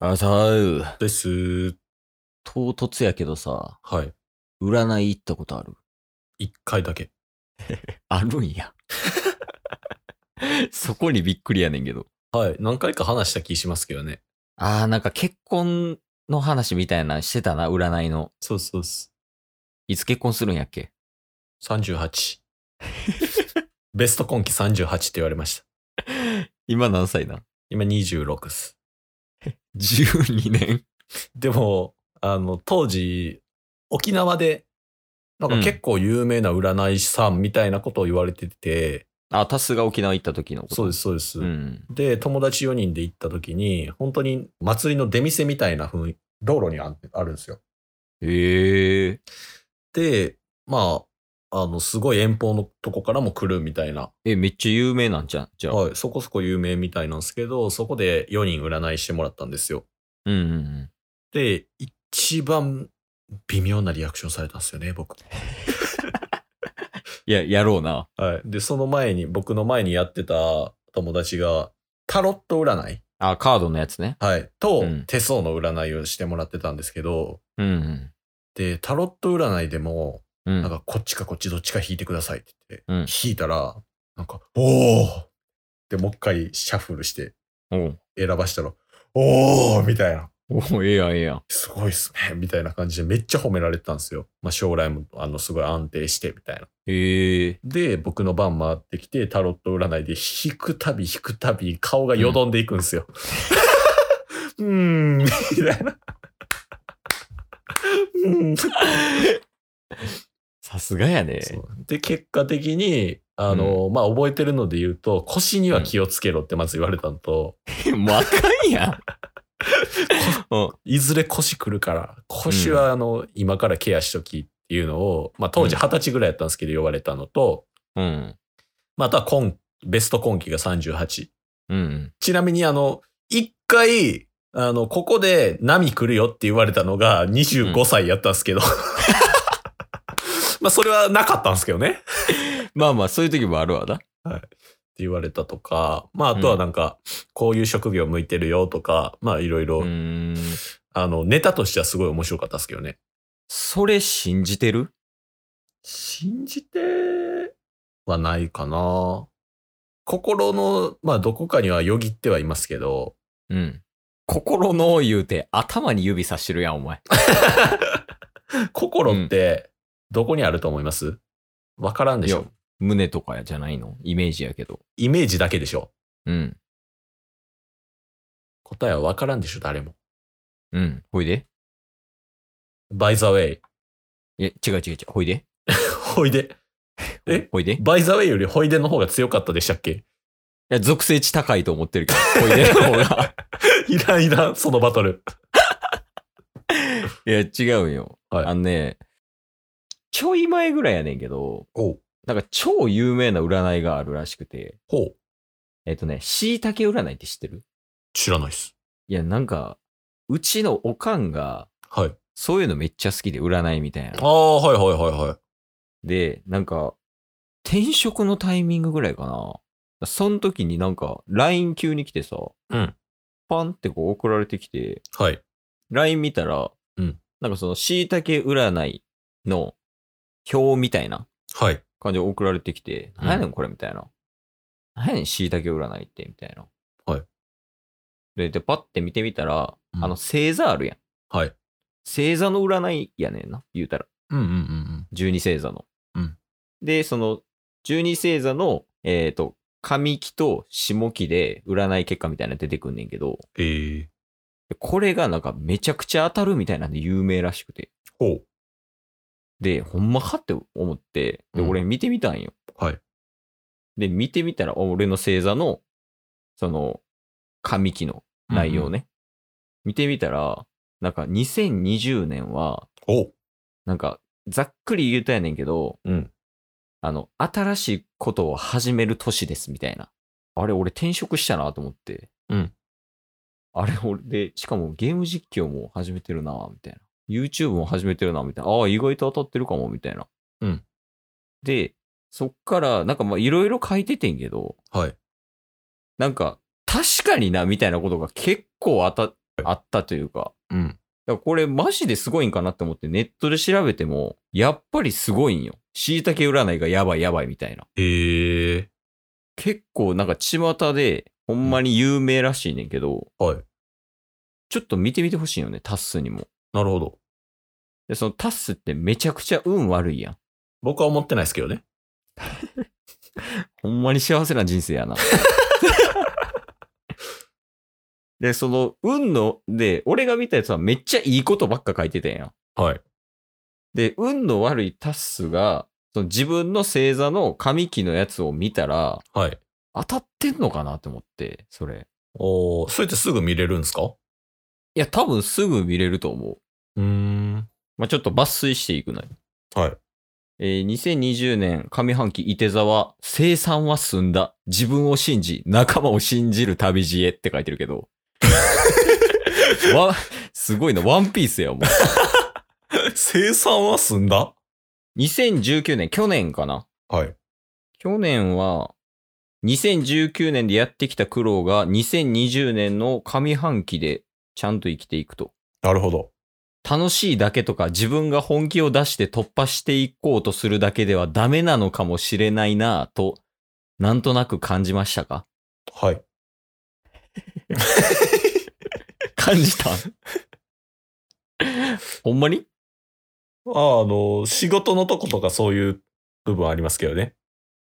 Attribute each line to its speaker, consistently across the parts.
Speaker 1: あさう、
Speaker 2: です。
Speaker 1: 唐突やけどさ、
Speaker 2: はい。
Speaker 1: 占い行ったことある
Speaker 2: 一回だけ。
Speaker 1: あるんや。 そこにびっくりやねんけど。
Speaker 2: はい。何回か話した気しますけどね。
Speaker 1: ああ、なんか結婚の話みたいなのしてたな、占いの。
Speaker 2: そうそうです。
Speaker 1: いつ結婚するんやっけ
Speaker 2: 38。ベスト今季38って言われました。
Speaker 1: 今何歳なん
Speaker 2: 今26っす。
Speaker 1: ?12 年。
Speaker 2: でも、あの、当時、沖縄で、なんか結構有名な占い師さんみたいなことを言われてて、
Speaker 1: あ、タスが沖縄行った時のこと。。
Speaker 2: そうですす、そうです。
Speaker 1: うん。
Speaker 2: で、友達4人で行った時に、本当に祭りの出店みたいな風に、道路にああるんですよ。
Speaker 1: へえ。
Speaker 2: で、まあ、あの、すごい遠方のとこからも来るみたいな、
Speaker 1: え、めっちゃ有名なんじゃん。じゃあ。
Speaker 2: はい、そこそこ有名みたいなんですけど、そこで4人占いしてもらったんですよ。
Speaker 1: うんうんうん。
Speaker 2: で、一番微妙なリアクションされたんですよね、僕。
Speaker 1: いや、やろうな。
Speaker 2: はい。で、その前に、僕の前にやってた友達が、タロット占い
Speaker 1: あ、カードのやつね。
Speaker 2: はい。と、
Speaker 1: うん
Speaker 2: 手相の占いをしてもらってたんですけど、
Speaker 1: うん
Speaker 2: で、タロット占いでも、
Speaker 1: うん。うん。
Speaker 2: なんか、こっちかこっちどっちか引いてくださいって言って、
Speaker 1: うん
Speaker 2: 引いたら、なんか、おーってもう一回シャッフルして
Speaker 1: おう
Speaker 2: 選ばしたら、おーみたいな。
Speaker 1: おう、ええやんええやん。
Speaker 2: すごいっすね。みたいな感じでめっちゃ褒められてたんですよ。まあ将来もあのすごい安定してみたいな。
Speaker 1: へえ。
Speaker 2: で、僕の番回ってきてタロット占いで引くたび引くたび顔がよどんでいくんですよ。うーん、みたいな。うん
Speaker 1: さすがやね。
Speaker 2: そうで、結果的に、あの、まあ、覚えてるので言うと、腰には気をつけろってまず言われたのと、
Speaker 1: もうあかんや ん。うん
Speaker 2: いずれ腰来るから、腰はあの、今からケアしときっていうのを、まあ、当時
Speaker 1: うん
Speaker 2: 二十歳ぐらいやったんですけど、言われたのと、
Speaker 1: うん。
Speaker 2: まあ、あとは今、ベスト今期が38。
Speaker 1: うん。
Speaker 2: ちなみに、あの、一回、あの、ここで波来るよって言われたのが25歳やったんですけど、 まあ、それはなかったんですけどね。
Speaker 1: まあまあ、そういう時もあるわな。
Speaker 2: って言われたとか、まあ、あとはなんか、こういう職業向いてるよとか、まあ、いろいろ、
Speaker 1: うーん。
Speaker 2: あの、ネタとしてはすごい面白かったですけどね。
Speaker 1: それ信じてる
Speaker 2: 信じてはないかな。心の、まあ、どこかにはよぎってはいますけど、
Speaker 1: うん。心の言うて頭に指さしてるやん、お前。
Speaker 2: 心って、どこにあると思いますわからんでし
Speaker 1: い
Speaker 2: ょ
Speaker 1: や胸とかじゃないのイメージやけど。
Speaker 2: イメージだけでしょ
Speaker 1: うん。
Speaker 2: 答えはわからんでしょ誰も。
Speaker 1: うん。ほいで。
Speaker 2: by the way.
Speaker 1: いや、違う違う違う。ほいで。
Speaker 2: ほいで。え
Speaker 1: ほいで。い
Speaker 2: by the way よりほいでの方が強かったでしたっけ
Speaker 1: や、属性値高いと思ってるけど。ほ いでの方 が。
Speaker 2: いらんいらん、そのバトル。
Speaker 1: いや、違うよ。
Speaker 2: はい
Speaker 1: あのね、ちょい前ぐらいやねんけど、
Speaker 2: おう
Speaker 1: なんか超有名な占いがあるらしくて、
Speaker 2: ほう。
Speaker 1: えっとね、椎茸占いって知ってる
Speaker 2: 知らないっす。
Speaker 1: いや、なんか、うちのおかんが、
Speaker 2: はい。
Speaker 1: そういうのめっちゃ好きで、占いみたいな
Speaker 2: あ。あ、はいはいはいはい。
Speaker 1: で、なんか、転職のタイミングぐらいかな。その時になんか、LINE 急に来てさ、
Speaker 2: うん
Speaker 1: パンってこう送られてきて、
Speaker 2: はい。
Speaker 1: LINE 見たら、
Speaker 2: うん
Speaker 1: なんかその、椎茸占いの表みたいな
Speaker 2: はい。
Speaker 1: 感じで送られてきて、
Speaker 2: うん
Speaker 1: 何やねんこれみたいな。何やねん椎茸占いってみたいな。
Speaker 2: はい。
Speaker 1: で、でパッて見てみたら、
Speaker 2: うん
Speaker 1: あの、星座あるやん。
Speaker 2: はい。
Speaker 1: 星座の占いやねんな、言うたら。
Speaker 2: うんうんうん
Speaker 1: 12星座の。
Speaker 2: うん
Speaker 1: で、その12星座の、えっ、と、上期と下期で占い結果みたいなの出てくんねんけど、
Speaker 2: えー、
Speaker 1: これがなんかめちゃくちゃ当たるみたいなんで有名らしくて。
Speaker 2: ほう。
Speaker 1: で、ほんまかって思って、で、
Speaker 2: うん
Speaker 1: 俺見てみたんよ。
Speaker 2: はい。
Speaker 1: で、見てみたら、俺の星座の、その、上期の内容ね。見てみたら、なんか2020年は、
Speaker 2: うんうん。
Speaker 1: なんか、ざっくり言うとやねんけど、
Speaker 2: ほう。うん。
Speaker 1: あの、新しいことを始める年ですみたいな。あれ、俺転職したなと思って。
Speaker 2: うん。
Speaker 1: あれ、俺で、しかもゲーム実況も始めてるなみたいな。YouTube も始めてるなみたいな。ああ、意外と当たってるかも、みたいな。
Speaker 2: うん。
Speaker 1: で、そっから、なんかまあ、いろいろ書いててんけど、
Speaker 2: はい。
Speaker 1: なんか、確かにな、みたいなことが結構当たっあったというか、
Speaker 2: うん。
Speaker 1: だからこれマジですごいんかなって思ってネットで調べても、やっぱりすごいんよ。椎茸占いがやばいやばいみたいな。
Speaker 2: へえ。
Speaker 1: 結構なんか巷で、ほんまに有名らしいねんけど、
Speaker 2: はい。
Speaker 1: ちょっと見てみてほしいよね、タッスにも。
Speaker 2: なるほど。
Speaker 1: で、そのタッスってめちゃくちゃ運悪いやん。
Speaker 2: 僕は思ってないですけどね。
Speaker 1: ほんまに幸せな人生や な。で、その運の、で、俺が見たやつはめっちゃいいことばっか書いてたやん。
Speaker 2: はい。
Speaker 1: で、運の悪いタッスが、その自分の星座の神木のやつを見たら、
Speaker 2: はい。
Speaker 1: 当たってんのかなって思って、それ。
Speaker 2: おーそれってすぐ見れるんですか
Speaker 1: いや、多分すぐ見れると思う。
Speaker 2: うーん。
Speaker 1: まあ、ちょっと抜粋していくのよ。
Speaker 2: はい。
Speaker 1: えー2020年上半期伊手座は、生産は済んだ。自分を信じ、仲間を信じる旅路へって書いてるけ ど。わ、すごいな、ワンピースやもう。
Speaker 2: 生産は済んだ
Speaker 1: 2019年、去年かな
Speaker 2: はい。
Speaker 1: 去年は、2019年でやってきた苦労が2020年の上半期でちゃんと生きていくと。
Speaker 2: なるほど。
Speaker 1: 楽しいだけとか自分が本気を出して突破していこうとするだけではダメなのかもしれないなぁと、なんとなく感じましたか
Speaker 2: はい。
Speaker 1: 感じた ほんまに
Speaker 2: あーあの、仕事のとことかそういう部分ありますけどね。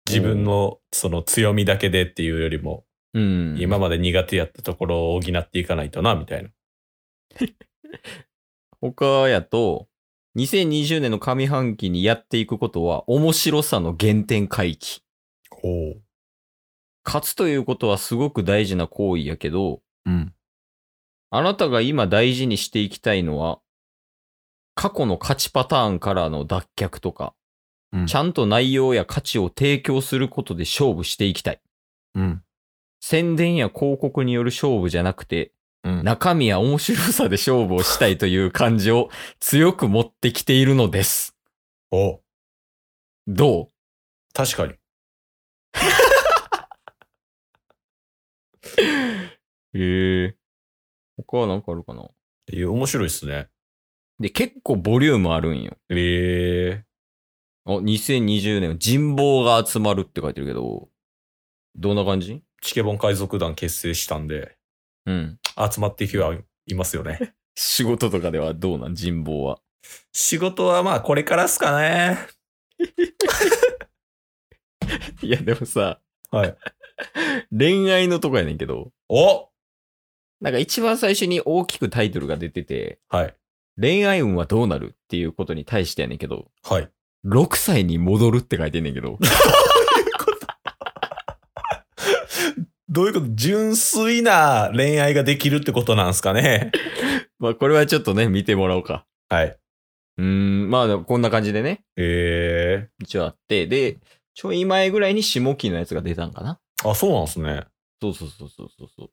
Speaker 2: 自分のその強みだけでっていうよりも、
Speaker 1: うん。
Speaker 2: 今まで苦手やったところを補っていかないとな、みたいな。
Speaker 1: 他やと、2020年の上半期にやっていくことは面白さの原点回帰。
Speaker 2: おう。
Speaker 1: 勝つということはすごく大事な行為やけど、
Speaker 2: うん。
Speaker 1: あなたが今大事にしていきたいのは、過去の勝ちパターンからの脱却とか、
Speaker 2: うん
Speaker 1: ちゃんと内容や価値を提供することで勝負していきたい。
Speaker 2: うん。
Speaker 1: 宣伝や広告による勝負じゃなくて、
Speaker 2: うん。
Speaker 1: 中身や面白さで勝負をしたいという感じを強く持ってきているのです。
Speaker 2: おう
Speaker 1: ど
Speaker 2: 確かに。
Speaker 1: うへえ。他は何かあるかな
Speaker 2: えー面白いっすね。
Speaker 1: で、結構ボリュームあるんよ。
Speaker 2: ええ
Speaker 1: あ、2020年、人望が集まるって書いてるけど、どんな感じ
Speaker 2: チケボン海賊団結成したんで、
Speaker 1: うん。
Speaker 2: 集まってきはいますよ ね。
Speaker 1: 仕事とかではどうなん人望は。
Speaker 2: 仕事はまあこれからっすかね。
Speaker 1: いや、でもさ、
Speaker 2: はい。
Speaker 1: 恋愛のとこやねんけど、
Speaker 2: お
Speaker 1: なんか一番最初に大きくタイトルが出てて、
Speaker 2: はい。
Speaker 1: 恋愛運はどうなるっていうことに対してやねんけど、
Speaker 2: はい。
Speaker 1: 6歳に戻るって書いてんねんけど、
Speaker 2: どういうこと純粋な恋愛ができるってことなんすかね。
Speaker 1: まあこれはちょっとね、見てもらおうか。
Speaker 2: はい。
Speaker 1: うーん、まあこんな感じでね、
Speaker 2: ええ
Speaker 1: 一応あって、で、ちょい前ぐらいに下期のやつが出たんかな。
Speaker 2: あ、そうなんすね。
Speaker 1: そうそうそうそうそうそう。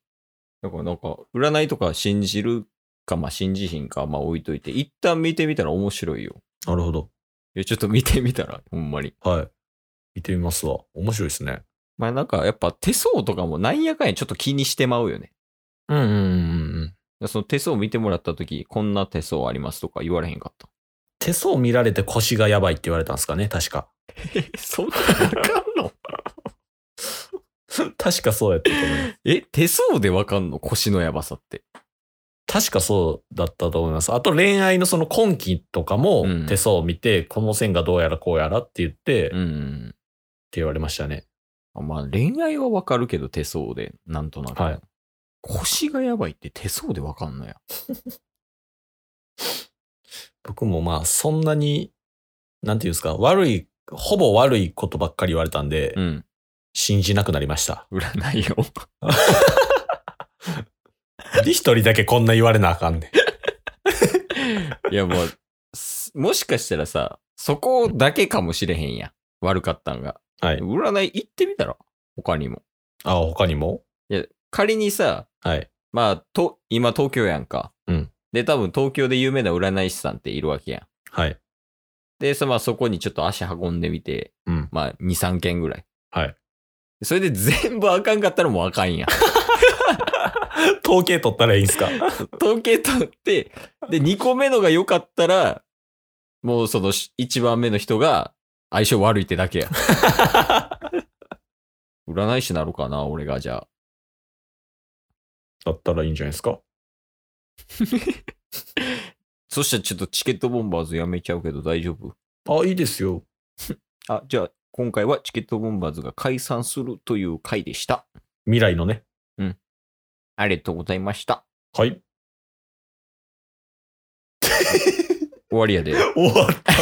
Speaker 1: だからなんか、占いとか信じるか、まあ信じひんか、まあ置いといて、一旦見てみたら面白いよ。
Speaker 2: なるほど。
Speaker 1: いや、ちょっと見てみたら、ほ んまに。
Speaker 2: はい。見てみますわ。面白いっすね。
Speaker 1: まあなんか、やっぱ手相とかもなんやかんやちょっと気にしてまうよね。
Speaker 2: うんうんうんうん。
Speaker 1: その手相見てもらった時、こんな手相ありますとか言われへんかった。
Speaker 2: 手相見られて腰がやばいって言われたんすかね、確か。
Speaker 1: え、 そんなわかんの
Speaker 2: 確かそうやったと思います。
Speaker 1: え、手相でわかんの腰のやばさって。
Speaker 2: 確かそうだったと思います。あと恋愛のその今期とかも
Speaker 1: うん
Speaker 2: 手相を見て、この線がどうやらこうやらって言って、
Speaker 1: う
Speaker 2: って
Speaker 1: ん。
Speaker 2: 言われましたね。
Speaker 1: まあ恋愛はわかるけど手相で、なんとなく。
Speaker 2: はい
Speaker 1: 腰がやばいって手相でわかんのや。
Speaker 2: 僕もまあそんなに、なんていうんですか、悪い、ほぼ悪いことばっかり言われたんで、
Speaker 1: うん。
Speaker 2: 信じなくなりました。
Speaker 1: 占いを。
Speaker 2: で一人だけこんな言われなあかんねん。
Speaker 1: いや、もう、すもしかしたらさ、そこだけかもしれへんや。悪かったんが。
Speaker 2: はい。
Speaker 1: 占い行ってみたら他にも。
Speaker 2: あ、他にも
Speaker 1: いや、仮にさ、
Speaker 2: はい。
Speaker 1: まあ、と、今東京やんか。
Speaker 2: うん
Speaker 1: で、多分東京で有名な占い師さんっているわけやん。
Speaker 2: はい。
Speaker 1: で、そまあ、そこにちょっと足運んでみて、
Speaker 2: うん
Speaker 1: まあ、2、3件ぐらい。
Speaker 2: はい。
Speaker 1: それで全部あかんかったらもうあかんやん。
Speaker 2: 統計取ったらいいん すか
Speaker 1: 統計取って、で、2個目のが良かったら、もうそのし1番目の人が相性悪いってだ けや。占い師なのかな、俺がじゃ
Speaker 2: だったらいいんじゃないですか
Speaker 1: あ。そしたらちょっとチケットボンバーズやめちゃうけど大丈夫
Speaker 2: あ、いいですよ。
Speaker 1: あ、じゃあ今回はチケットボンバーズが解散するという回でした。
Speaker 2: 未来のね。
Speaker 1: ありがとうございました。
Speaker 2: はい。
Speaker 1: 終わりやで。
Speaker 2: 終わった。